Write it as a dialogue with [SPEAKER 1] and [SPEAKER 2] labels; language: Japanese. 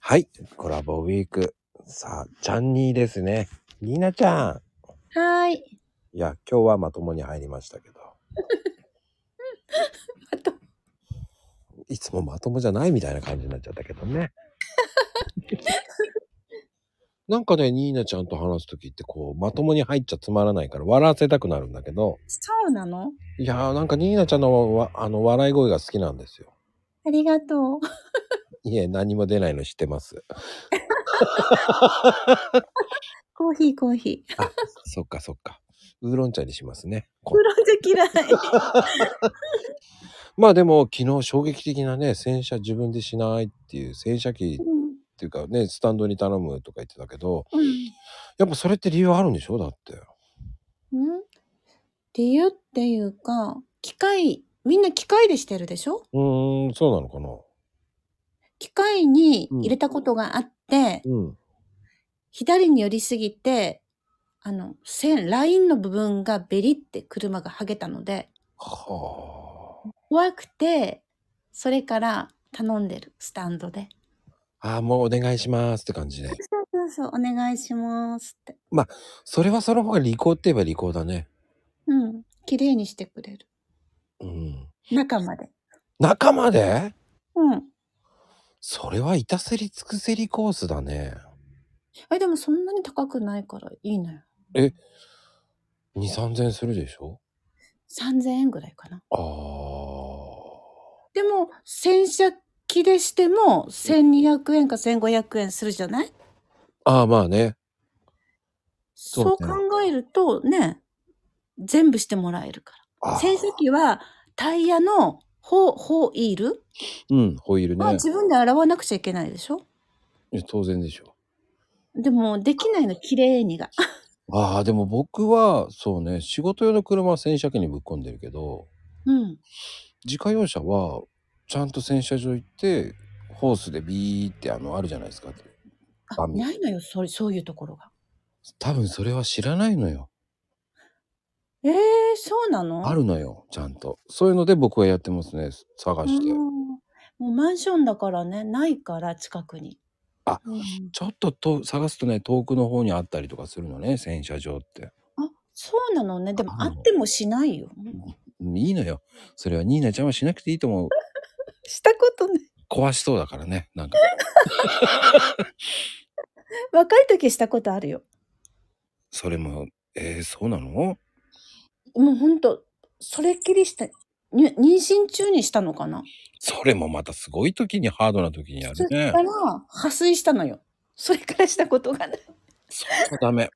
[SPEAKER 1] はい。コラボウィーク。さあ、チャンニーですね。ニーナちゃ
[SPEAKER 2] はーい。
[SPEAKER 1] ん。いや、今日はまともに入りました けど。
[SPEAKER 2] まと
[SPEAKER 1] いつもまともじゃないみたいな感じになっちゃったけどね。 なんかね、ニーナちゃんと話すときって、こう、まともに入っちゃつまらないから、笑わせたくなるんだけど、
[SPEAKER 2] そうなの
[SPEAKER 1] いやー、なんかニーナちゃんのわあの笑い声が好きなんですよ。
[SPEAKER 2] ありがとう。
[SPEAKER 1] いえ、何も出ないの知ってます。
[SPEAKER 2] コーヒー、コーヒー。
[SPEAKER 1] あ、そっかそっか。ウーロン茶にしますね。こ
[SPEAKER 2] プロじゃ嫌い。
[SPEAKER 1] まあでも、昨日衝撃的なね、洗車自分でしないっていう、洗車機
[SPEAKER 2] うん。
[SPEAKER 1] っていうかね、スタンドに頼むとか言ってたけど、
[SPEAKER 2] うん
[SPEAKER 1] やっぱそれって理由あるんでしょだって。
[SPEAKER 2] うん理由っていうか、機械、みんな機械でしてるでしょ
[SPEAKER 1] うーん、そうなのかな。
[SPEAKER 2] 機械に入れたことがあって、
[SPEAKER 1] うん。
[SPEAKER 2] 左に寄りすぎて、あの、線、ラインの部分がベリって車が剥げたので、
[SPEAKER 1] は
[SPEAKER 2] 怖くて、それから頼んでる、スタンドで。
[SPEAKER 1] あ。ああ、もうお願いしますって感じで。
[SPEAKER 2] そうそうそう、お願いしますって。
[SPEAKER 1] それはその方が利口って言えば利口だね。
[SPEAKER 2] うん。綺麗にしてくれる。
[SPEAKER 1] うん。
[SPEAKER 2] 中まで。
[SPEAKER 1] 中まで
[SPEAKER 2] うん。
[SPEAKER 1] それはいたせりつくせりコースだね。
[SPEAKER 2] え、でもそんなに高くないからいいのよ。
[SPEAKER 1] 2、3000円するでしょ
[SPEAKER 2] 3000円ぐらいかな。
[SPEAKER 1] ああ。
[SPEAKER 2] でも、洗車機でしても、1200円か1500円するじゃない
[SPEAKER 1] ああ、まあね。
[SPEAKER 2] そう
[SPEAKER 1] ね
[SPEAKER 2] 考えるとね、全部してもらえるか
[SPEAKER 1] あ
[SPEAKER 2] ら。
[SPEAKER 1] あ
[SPEAKER 2] 洗車機はタイヤのホホイール
[SPEAKER 1] うん、ホイール
[SPEAKER 2] は
[SPEAKER 1] ね。
[SPEAKER 2] 自分で洗わなくちゃいけないでしょ
[SPEAKER 1] いや当然でしょ。
[SPEAKER 2] でも、できないの、綺麗にが。
[SPEAKER 1] ああ、でも僕は、そうね、仕事用の車は洗車機にぶっ込んでるけど、
[SPEAKER 2] うん。
[SPEAKER 1] 自家用車は、ちゃんと洗車場行って、ホースでビーってあの、あるじゃないですか。
[SPEAKER 2] あ
[SPEAKER 1] ダメ
[SPEAKER 2] ないのよ、それそういうところが。
[SPEAKER 1] 多分それは知らないのよ。
[SPEAKER 2] えー、そうなの
[SPEAKER 1] あるのよ、ちゃんと。そういうので僕はやってますね、探して。
[SPEAKER 2] うんもうマンションだからね、ないから近くに。
[SPEAKER 1] あ
[SPEAKER 2] うん、
[SPEAKER 1] ちょっとと探すとね、遠くの方にあったりとかするのね、洗車場って。
[SPEAKER 2] あそうなのね。でも
[SPEAKER 1] あ
[SPEAKER 2] あ
[SPEAKER 1] るの
[SPEAKER 2] ってもしないよ。
[SPEAKER 1] うんいいのよ。それはニーナちゃんはしなくていいと思う。
[SPEAKER 2] したことない。
[SPEAKER 1] 壊しそうだからね、なんか。
[SPEAKER 2] 若い時したことあるよ。
[SPEAKER 1] それも、えー、そうなの
[SPEAKER 2] もうほんと、それっきりした、に妊娠中にしたのかな。
[SPEAKER 1] それもまたすごい時にハードな時にや
[SPEAKER 2] そ
[SPEAKER 1] る
[SPEAKER 2] れ
[SPEAKER 1] ね
[SPEAKER 2] か。ら破水したのよ。それからしたことがない。
[SPEAKER 1] それはダメ。